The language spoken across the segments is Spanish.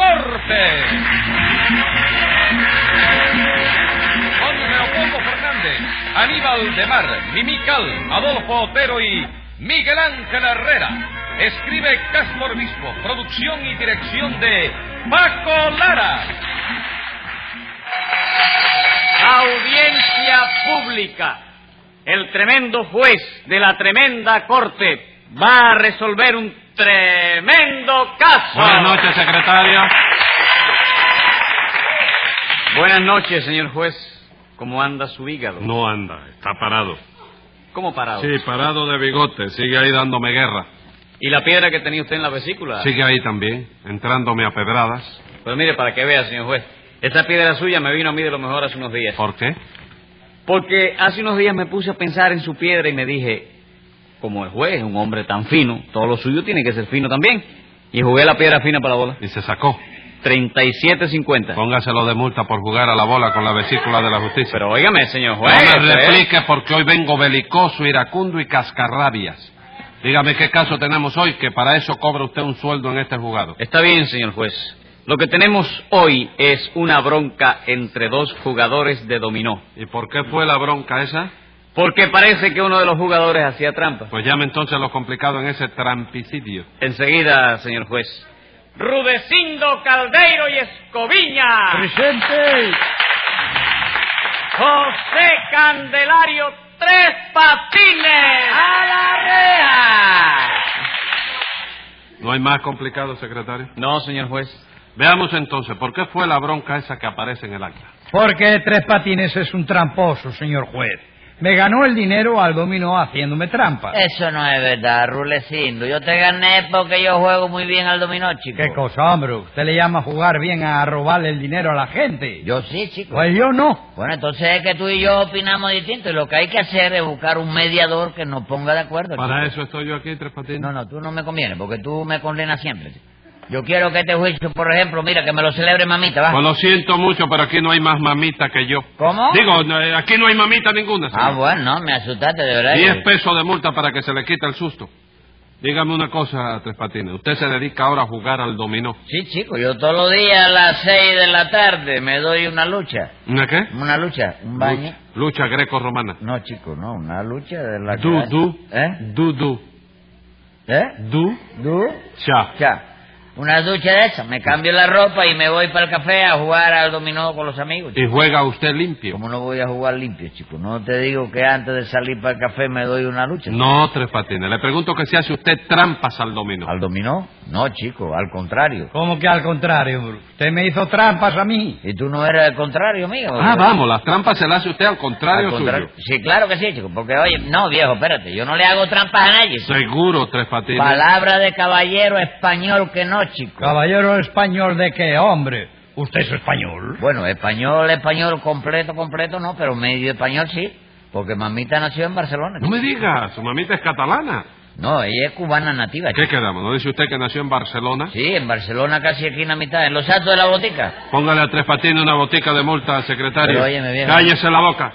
Fuerte. Con Leopoldo Fernández, Aníbal de Mar, Mimical, Adolfo Otero y Miguel Ángel Herrera. Escribe Castro Obispo, producción y dirección de Paco Lara. Audiencia pública. El tremendo juez de la tremenda corte va a resolver un tremendo caso. Buenas noches, secretario. Buenas noches, señor juez. ¿Cómo anda su hígado? No anda, está parado. ¿Cómo parado? Sí, parado de bigote, sigue ahí dándome guerra. ¿Y la piedra que tenía usted en la vesícula? Sigue ahí también, entrándome a pedradas. Pues mire, para que vea, señor juez. Esa piedra suya me vino a mí de lo mejor hace unos días. ¿Por qué? Porque hace unos días me puse a pensar en su piedra y me dije, como el juez es un hombre tan fino, todo lo suyo tiene que ser fino también. Y jugué la piedra fina para la bola. Y se sacó. 37.50. Póngaselo de multa por jugar a la bola con la vesícula de la justicia. Pero pues, óigame, señor no juez. ¿eh? me esto es- replique porque hoy vengo belicoso, iracundo y cascarrabias. Dígame qué caso tenemos hoy, que para eso cobra usted un sueldo en este jugado. Está bien, señor juez. Lo que tenemos hoy es una bronca entre dos jugadores de dominó. ¿Y por qué fue la bronca esa? Porque parece que uno de los jugadores hacía trampa. Pues llame entonces lo complicado en ese trampicidio. Enseguida, señor juez. Rudecindo Caldeiro y Escoviña. Presente. José Candelario Tres Patines. A la rea. ¿No hay más complicado, secretario? No, señor juez. Veamos entonces, ¿por qué fue la bronca esa que aparece en el acta? Porque Tres Patines es un tramposo, señor juez. Me ganó el dinero al dominó haciéndome trampa. Eso no es verdad, Rulecindo. Yo te gané porque yo juego muy bien al dominó, chico. ¿Qué cosa, hombre? ¿Usted le llama a jugar bien a robarle el dinero a la gente? Yo sí, chico. Pues yo no. Bueno, entonces es que tú y yo opinamos distinto y lo que hay que hacer es buscar un mediador que nos ponga de acuerdo. Para eso estoy yo aquí, Tres chico. Patines. No, no, tú no me convienes porque tú me condenas siempre. chico. Yo quiero que este juicio, por ejemplo, mira, que me lo celebre mamita, ¿va? Pues lo siento mucho, pero aquí no hay más mamita que yo. ¿Cómo? Digo, no, eh, aquí no hay mamita ninguna. Ah, señor. bueno, no, me asustaste, de verdad. Diez pesos de multa para que se le quite el susto. Dígame una cosa, Tres Patines. Usted se dedica ahora a jugar al dominó. Sí, chico, yo todos los días a las seis de la tarde me doy una lucha. ¿Una qué? ¿Una lucha? ¿Un baño? Lucha, lucha greco-romana. No, chico, no, una lucha de la que- Du, du. ¿Eh? Du, du. ¿Eh? Du, ¿Du? cha. Ya. Una ducha de esa, me cambio la ropa y me voy para el café a jugar al dominó con los amigos. chico. Y juega usted limpio. ¿Cómo no voy a jugar limpio, chico? No te digo que antes de salir para el café me doy una lucha. No, Tres Patines. Le pregunto que si hace usted trampas al dominó. ¿Al dominó? No, chico, al contrario. ¿Cómo que al contrario, hombre? Usted me hizo trampas a mí. ¿Y tú no eres el contrario mío? Ah, ¿verdad? vamos, las trampas se las hace usted al Al contrario, contrario. suyo. Sí, claro que sí, chico, porque oye, no, viejo, espérate, yo no le hago trampas a nadie. chico. Seguro, Tres Patines. Palabra de caballero español que no, chico. Caballero español de qué, hombre. ¿Usted es español? Bueno, español, español completo, completo no, pero medio español sí, porque mamita nació en Barcelona. No me diga, su mamita es catalana. No, ella es cubana nativa. ¿Qué chico. quedamos? ¿No dice usted que nació en Barcelona? Sí, en Barcelona casi aquí en la mitad, en los altos de la botica. Póngale a Tres Patines una botica de multa al secretario. Pero óyeme bien. Cállese la boca.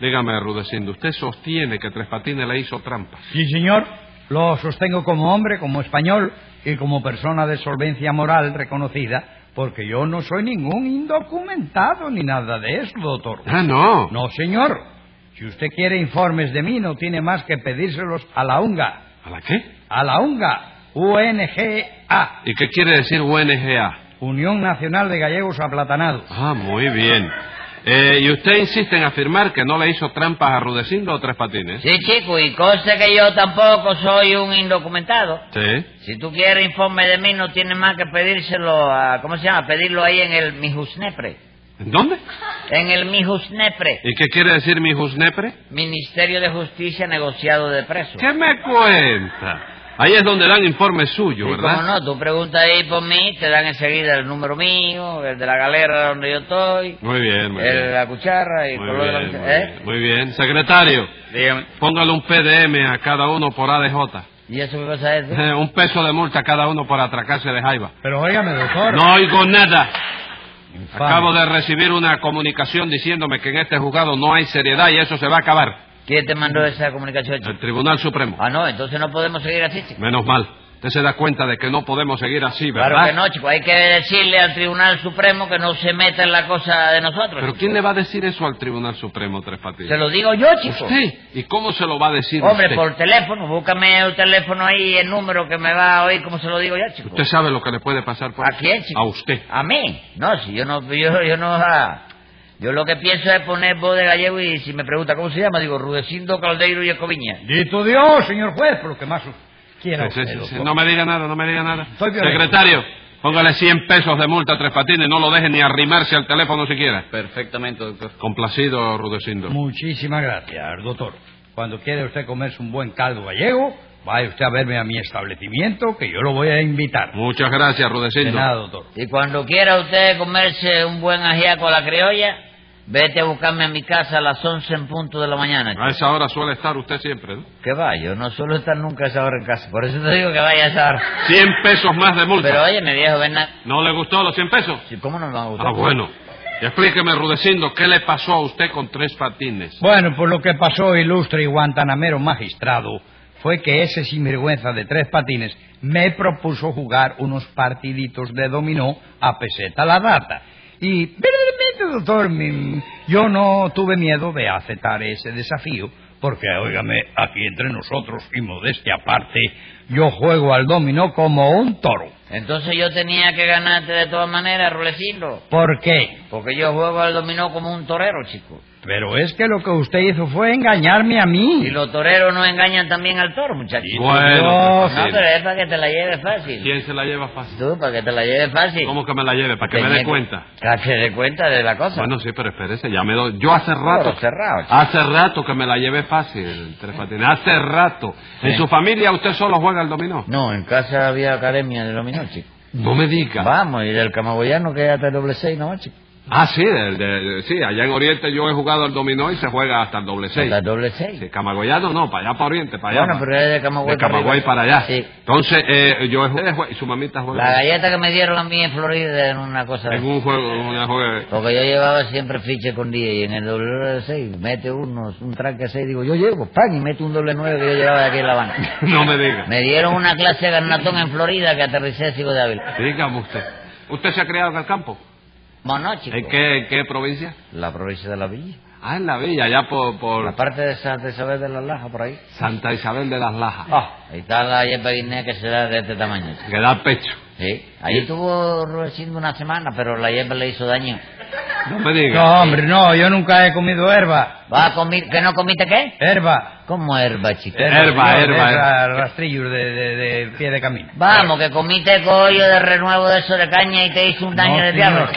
Dígame, Rudecindo, usted sostiene que Tres Patines le hizo trampas. Sí, señor. Lo sostengo como hombre, como español y como persona de solvencia moral reconocida, porque yo no soy ningún indocumentado ni nada de eso, doctor. Ah, no. No, señor. Si usted quiere informes de mí, no tiene más que pedírselos a la UNGA. ¿A la qué? A la UNGA. UNGA. ¿Y qué quiere decir UNGA? Unión Nacional de Gallegos Aplatanados. Ah, muy bien. Eh, ¿Y usted insiste en afirmar que no le hizo trampas a Rudecindo o Tres Patines? Sí, chico, y cosa que yo tampoco soy un indocumentado. Sí. Si tú quieres informe de mí, no tienes más que pedírselo a... ¿Cómo se llama? Pedirlo ahí en el Mijusnepre. ¿En ¿Dónde? En el Mijusnepre, ¿Y qué quiere decir mi Jusnepre? Ministerio de Justicia Negociado de Presos. ¿Qué me cuenta? Ahí es donde dan informes suyos, Sí, ¿verdad? cómo no, tú preguntas ahí por mí, te dan enseguida el número mío, el de la galera donde yo estoy, Muy bien, muy el, bien. la cuchara y el Muy color de la bien, muy cuchara. ¿Eh? bien. Muy bien. Secretario, Dígame. póngale un PDM a cada uno por ADJ. ¿Y eso qué cosa es? Eh, un peso de multa a cada uno por atracarse de jaiba. Pero óigame, doctor. No oigo nada. Infame. Acabo de recibir una comunicación diciéndome que en este juzgado no hay seriedad y eso se va a acabar. ¿Quién te mandó esa comunicación, El chico? Tribunal Supremo. Ah, no, entonces no podemos seguir así, chico. Menos mal. Usted se da cuenta de que no podemos seguir así, ¿verdad? Claro que no, chico. Hay que decirle al Tribunal Supremo que no se meta en la cosa de nosotros. Pero chico. ¿quién le va a decir eso al Tribunal Supremo, Tres Patines? Se lo digo yo, chico. ¿Usted? ¿Y cómo se lo va a decir Hombre, usted? por teléfono. Búscame el teléfono ahí, el número que me va a oír, como se lo digo yo, chico. ¿Usted sabe lo que le puede pasar por ¿A eso? quién, chico? A usted. ¿A mí? No, si yo no... Yo, yo no... ah, yo lo que pienso es poner voz de gallego y si me pregunta cómo se llama, digo Rudecindo Caldeiro y Escoviña. Dito Dios, señor juez, por lo que más quiera. Sí, sí, usted, sí, sí. doctor. No me diga nada, no me diga nada. Estoy violento. Secretario, póngale 100 pesos de multa a Tres Patines. No lo deje ni arrimarse al teléfono siquiera. Perfectamente, doctor. Complacido, Rudecindo. Muchísimas gracias, doctor. Cuando quiera usted comerse un buen caldo gallego, vaya usted a verme a mi establecimiento, que yo lo voy a invitar. Muchas gracias, De Rudecindo. nada, doctor. Y cuando quiera usted comerse un buen ajiaco a la criolla, vete a buscarme a mi casa a las 11 en punto de la mañana. chico. A esa hora suele estar usted siempre, ¿no? Que va, yo no suelo estar nunca a esa hora en casa. Por eso te digo que vaya a esa hora. 100 pesos más de multa. Pero oye, mi viejo Bernal, ¿No le gustó los 100 pesos? si- ¿cómo no me va a gustar? Ah, bueno. Y Explíqueme, Rudecindo, ¿qué le pasó a usted con Tres Patines? Bueno, pues lo que pasó, ilustre y guantanamero magistrado, fue que ese sinvergüenza de tres patines me propuso jugar unos partiditos de dominó a peseta la data. Y verdaderamente, doctor, mi- yo no tuve miedo de aceptar ese desafío, porque, óigame, aquí entre nosotros y modestia aparte, yo juego al dominó como un toro. Entonces yo tenía que ganarte de todas maneras, Rulecino. ¿Por qué? Porque yo juego al dominó como un torero, chico. Pero es que lo que usted hizo fue engañarme a mí. Y los toreros no engañan también al toro, muchachito. Bueno, Dios. No, Tres pero Patines. es para que te la lleves fácil. ¿quién se la lleva fácil? Tú, para que te la lleves fácil. ¿Cómo que me la lleve? Para que me Tenía dé cuenta. Para que dé cuenta de la cosa. Bueno, sí, pero espérese, ya me doy. Yo hace rato. Claro, cerrado, chico. Hace rato que me la llevé fácil, Tres Patines. Hace rato. En su familia usted solo juega al dominó. No, en casa había academia de dominó, chico. No me diga. Vamos, y del camagüeyano que es hasta el doble seis nomás, chico. Ah, sí, del- del- sí, allá en Oriente yo he jugado al dominó y se juega hasta el doble seis. Hasta el doble seis. Sí, Camagoyano no, para allá para Oriente, para allá. Bueno, para- pero es de Camagüey de para Camagüey arriba. para allá. Sí. Entonces, eh, yo he jugado, y su mamita juega La galleta que me dieron a mí en Florida era una cosa... en un juego, en una juega- Porque yo llevaba siempre ficha con 10 y en el doble 6 mete uno, un tranque 6, digo, yo llevo, pan, y mete un doble 9 que yo llevaba de aquí en La Habana. No me diga. Me dieron una clase de garnatón en Florida que aterricé sigo de Ávila. Dígame usted. ¿Usted se ha criado en el campo? Bueno, chico. ¿En qué, en qué provincia? La provincia de La Villa. Ah, en la villa, allá por, por La parte de Santa Isabel de la Laja, por ahí. Santa Isabel de las Lajas. Ah, ahí está la yepa guinea que se da de este tamaño. chico. Que da pecho. Sí, ahí estuvo Rudecindo una semana, pero la hierba le hizo daño. No me diga. No, hombre, no, yo nunca he comido herba. ¿Va a comer? ¿Que no comiste qué? Herba. ¿Cómo hierba, chico? Eh. Herba, señor, herba, esa, Rastrillos de, de- de pie de camino. Vamos, que comiste collo de renuevo de eso de caña y te hizo un daño No, de señor. diablo.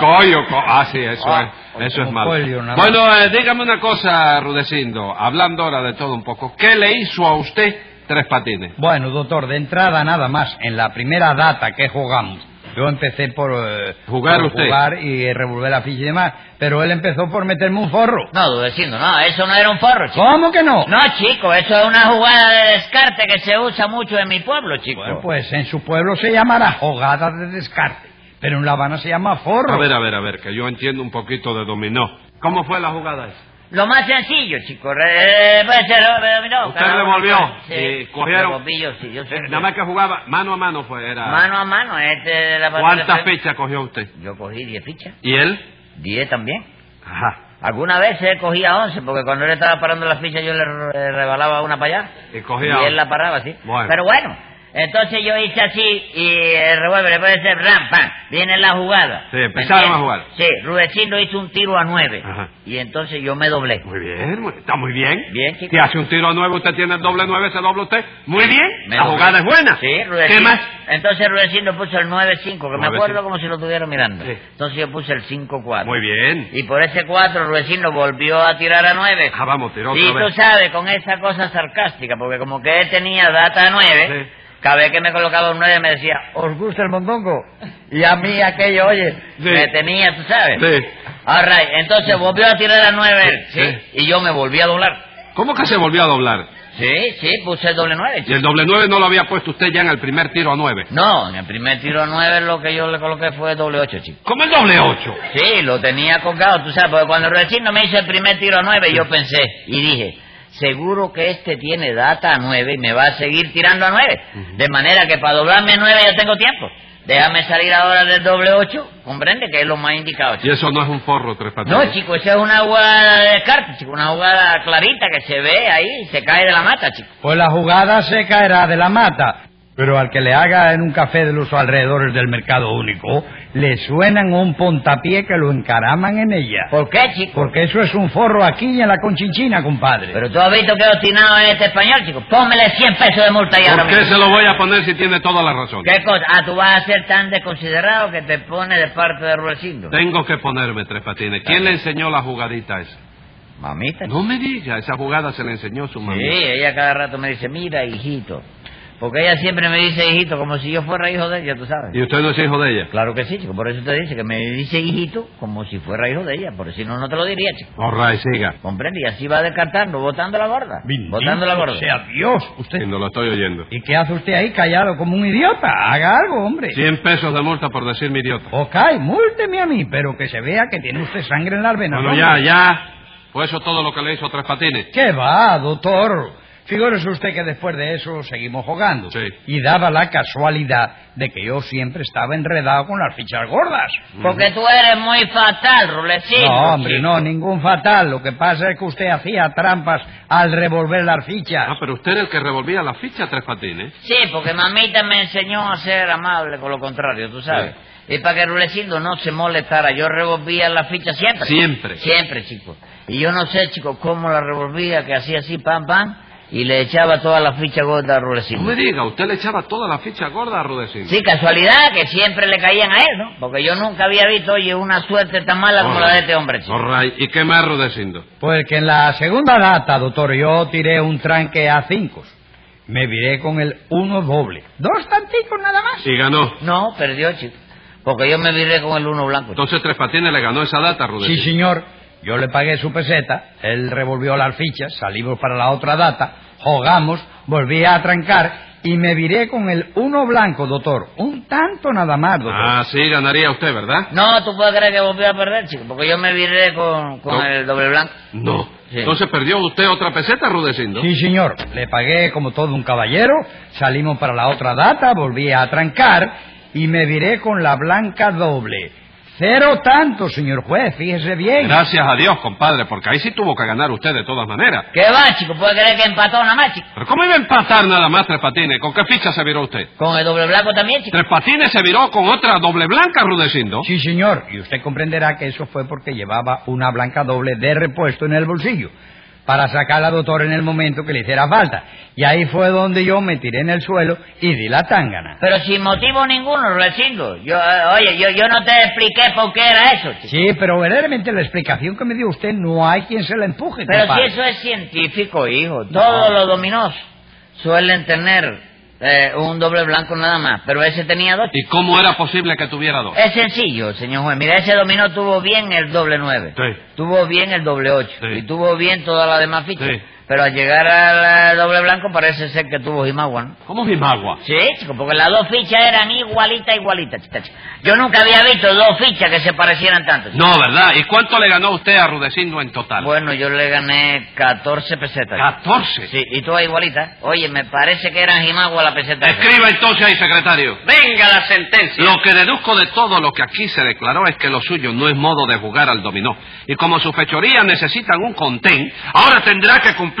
Coyo, co- ah, sí, eso Ah, es, eso es como malo. pollo, nada más. Bueno, eh, dígame una cosa, Rudecindo, hablando ahora de todo un poco. ¿Qué le hizo a usted Tres Patines? Bueno, doctor, de entrada nada más, en la primera data que jugamos, yo empecé por... eh, Jugar por usted. Jugar y eh, revolver la ficha y demás, pero él empezó por meterme un forro. No, Dudecindo, no, eso no era un forro, chico. ¿Cómo que no? No, chico, eso es una jugada de descarte que se usa mucho en mi pueblo, chico. Bueno, pues en su pueblo se llamará jugada de descarte, pero en La Habana se llama forro. A ver, a ver, a ver, que yo entiendo un poquito de dominó. ¿Cómo fue la jugada esa? Lo más sencillo, chico. re- puede ser, eh, dominó, Usted cada uno revolvió, sabe. y cogieron. Revolví yo, sí, yo Eh, siempre- nada más que jugaba mano a mano fue, era... Pues, Mano a mano, este de la ¿Cuántas fichas cogió usted? Yo cogí 10 fichas. ¿Y él? 10 también. Ajá. Algunas veces cogía 11, porque cuando él estaba parando las fichas yo le re- rebalaba una para allá. Y cogía Y 11. él la paraba, sí. Bueno. Pero bueno, entonces yo hice así y el revólver le puede ser ram, pam. Viene la jugada. Sí, empezaron ¿Me a jugar. entiendes? Sí, Rudecindo hizo un tiro a 9. Ajá. Y entonces yo me doblé. Muy bien, muy- está muy bien. Bien, chico. Si hace un tiro a nueve, usted tiene el doble nueve, se dobla usted. Muy bien, Me la doblé. jugada es buena. Sí, Rudecindo. ¿Qué más? Entonces Rudecindo puso el 9-5, que me 9-5. acuerdo como si lo estuviera mirando. Sí. Entonces yo puse el 5-4. Muy bien. Y por ese 4 Rudecindo volvió a tirar a 9. Ah, vamos, tiró Sí, otra tú vez. sabes, con esa cosa sarcástica, porque como que él tenía data 9, Sí. cada vez que me colocaba un 9 me decía, ¿os gusta el mondongo? Y a mí aquello, oye, Sí. me tenía, tú sabes. Sí. All right, entonces volvió a tirar a 9 él, Sí, sí, y yo me volví a doblar. ¿Cómo que se volvió a doblar? Sí, sí, puse el doble 9. Y el doble nueve no lo había puesto usted ya en el primer tiro a nueve. No, en el primer tiro 9 lo que yo le coloqué fue doble 8, chico. ¿Cómo el doble ocho? Sí, lo tenía colgado, tú sabes, porque cuando el vecino me hizo el primer tiro 9 yo pensé y dije, seguro que este tiene data a nueve y me va a seguir tirando a nueve. De manera que para doblarme nueve ya tengo tiempo. Déjame salir ahora del doble ocho, comprende que es lo más indicado. chico. Y eso no es un forro, Tres Patines. No, chico, esa es una jugada de cartas, chico, una jugada clarita que se ve ahí, se cae de la mata, chico. Pues la jugada se caerá de la mata. Pero al que le haga en un café de los alrededores del mercado único, le suenan un pontapié que lo encaraman en ella. ¿Por qué, chico? Porque eso es un forro aquí y en la conchinchina, compadre. Pero tú has visto que obstinado es este español, chico. Pónmele 100 pesos de multa y ahora ¿Por qué mismo. se lo voy a poner si tiene toda la razón? ¿Qué cosa? Ah, tú vas a ser tan desconsiderado que te pone de parte de Rudecindo. Tengo que ponerme Tres Patines. ¿Quién le enseñó la jugadita esa? Mamita, chico. No me diga, esa jugada se le enseñó su mamá. Sí, ella cada rato me dice, mira, hijito. Porque ella siempre me dice hijito, como si yo fuera hijo de ella, tú sabes. ¿Y usted no es hijo de ella? Claro que sí, chico. Por eso te dice que me dice hijito como si fuera hijo de ella. Porque si no, no te lo diría, chico. All right, siga. Comprende, y así va descartando, votando la gorda. Votando la gorda. sea Dios, usted. Sí, no lo estoy oyendo. ¿Y qué hace usted ahí callado como un idiota? Haga algo, hombre. 100 pesos de multa por decirme idiota. Ok, múlteme a mí, pero que se vea que tiene usted sangre en las venas. Bueno, hombre. ya, ya. Fue eso todo lo que le hizo Tres Patines. ¿Qué va, doctor? Figúrese usted que después de eso seguimos jugando. Sí. Y daba la casualidad de que yo siempre estaba enredado con las fichas gordas. Porque tú eres muy fatal, Rulecito. no, hombre, chico. no, ningún fatal. Lo que pasa es que usted hacía trampas al revolver las fichas. Ah, pero usted era el que revolvía la ficha Tres Patines. Sí, porque mamita me enseñó a ser amable con lo contrario, tú sabes. Y para que Rulecindo no se molestara, yo revolvía la ficha siempre. Siempre. Siempre, chico. Y yo no sé, chico, cómo la revolvía, que hacía así, pam, pam, y le echaba toda la ficha gorda a No Rulecindo. me diga, usted le echaba toda la ficha gorda a Rudecindo. Sí, casualidad, que siempre le caían a él, ¿no? Porque yo nunca había visto, oye, una suerte tan mala como la de este hombre, chico. All right. ¿Y qué más Rudecindo? Pues que en la segunda data, doctor, yo tiré un tranque a cinco. Me viré con el uno doble. Dos tanticos nada más. Y ganó. No, perdió, chico. Porque yo me viré con el uno blanco, chico. Entonces Tres Patines le ganó esa data a Sí, Rudecindo. señor. Yo le pagué su peseta, él revolvió las fichas, salimos para la otra data, jugamos, volví a trancar y me viré con el uno blanco, doctor. Un tanto nada más, doctor. Ah, sí, ganaría usted, ¿verdad? No, tú puedes creer que volvió a perder, chico, porque yo me viré con, con No. el doble blanco. No. Sí. Entonces perdió usted otra peseta, Rudecindo. Sí, señor. Le pagué como todo un caballero, salimos para la otra data, volví a trancar y me viré con la blanca doble. Cero tanto, señor juez, fíjese bien. Gracias a Dios, compadre, porque ahí sí tuvo que ganar usted de todas maneras. ¿Qué va, chico? ¿Puede creer que empató nada más, chico? ¿Pero cómo iba a empatar nada más Tres Patines? ¿Con qué ficha se viró usted? Con el doble blanco también, chico. Tres Patines se viró con otra doble blanca, Rudecindo. Sí, señor. Y usted comprenderá que eso fue porque llevaba una blanca doble de repuesto en el bolsillo para sacar al doctor en el momento que le hiciera falta. Y ahí fue donde yo me tiré en el suelo y di la tángana. Pero sin motivo ninguno, Rudecindo. Yo, eh, oye, yo, yo no te expliqué por qué era eso, chico. Sí, pero verdaderamente la explicación que me dio usted no hay quien se la empuje. Pero si compadre. eso es científico, hijo. Todos los dominós suelen tener eh, un doble blanco nada más, pero ese tenía dos. ¿Y cómo era posible que tuviera dos? Es sencillo, señor juez. Mira, ese dominó tuvo bien el doble nueve. Sí. Tuvo bien el doble ocho. Sí. Y tuvo bien todas las demás fichas. Sí. Pero al llegar al eh, doble blanco parece ser que tuvo Jimagua, ¿no? ¿Cómo Jimagua? Sí, chico, porque las dos fichas eran igualitas, igualitas. chica, chica. Yo nunca había visto dos fichas que se parecieran tanto. chica. No, ¿verdad? ¿Y cuánto le ganó usted a Rudecindo en total? Bueno, yo le gané 14 pesetas. chica. Catorce. Sí, y todas igualitas. Oye, me parece que eran Jimagua la peseta. esa. Escriba entonces ahí, secretario. Venga la sentencia. Lo que deduzco de todo lo que aquí se declaró es que lo suyo no es modo de jugar al dominó. Y como sus fechorías necesitan un contén, ahora tendrá que cumplir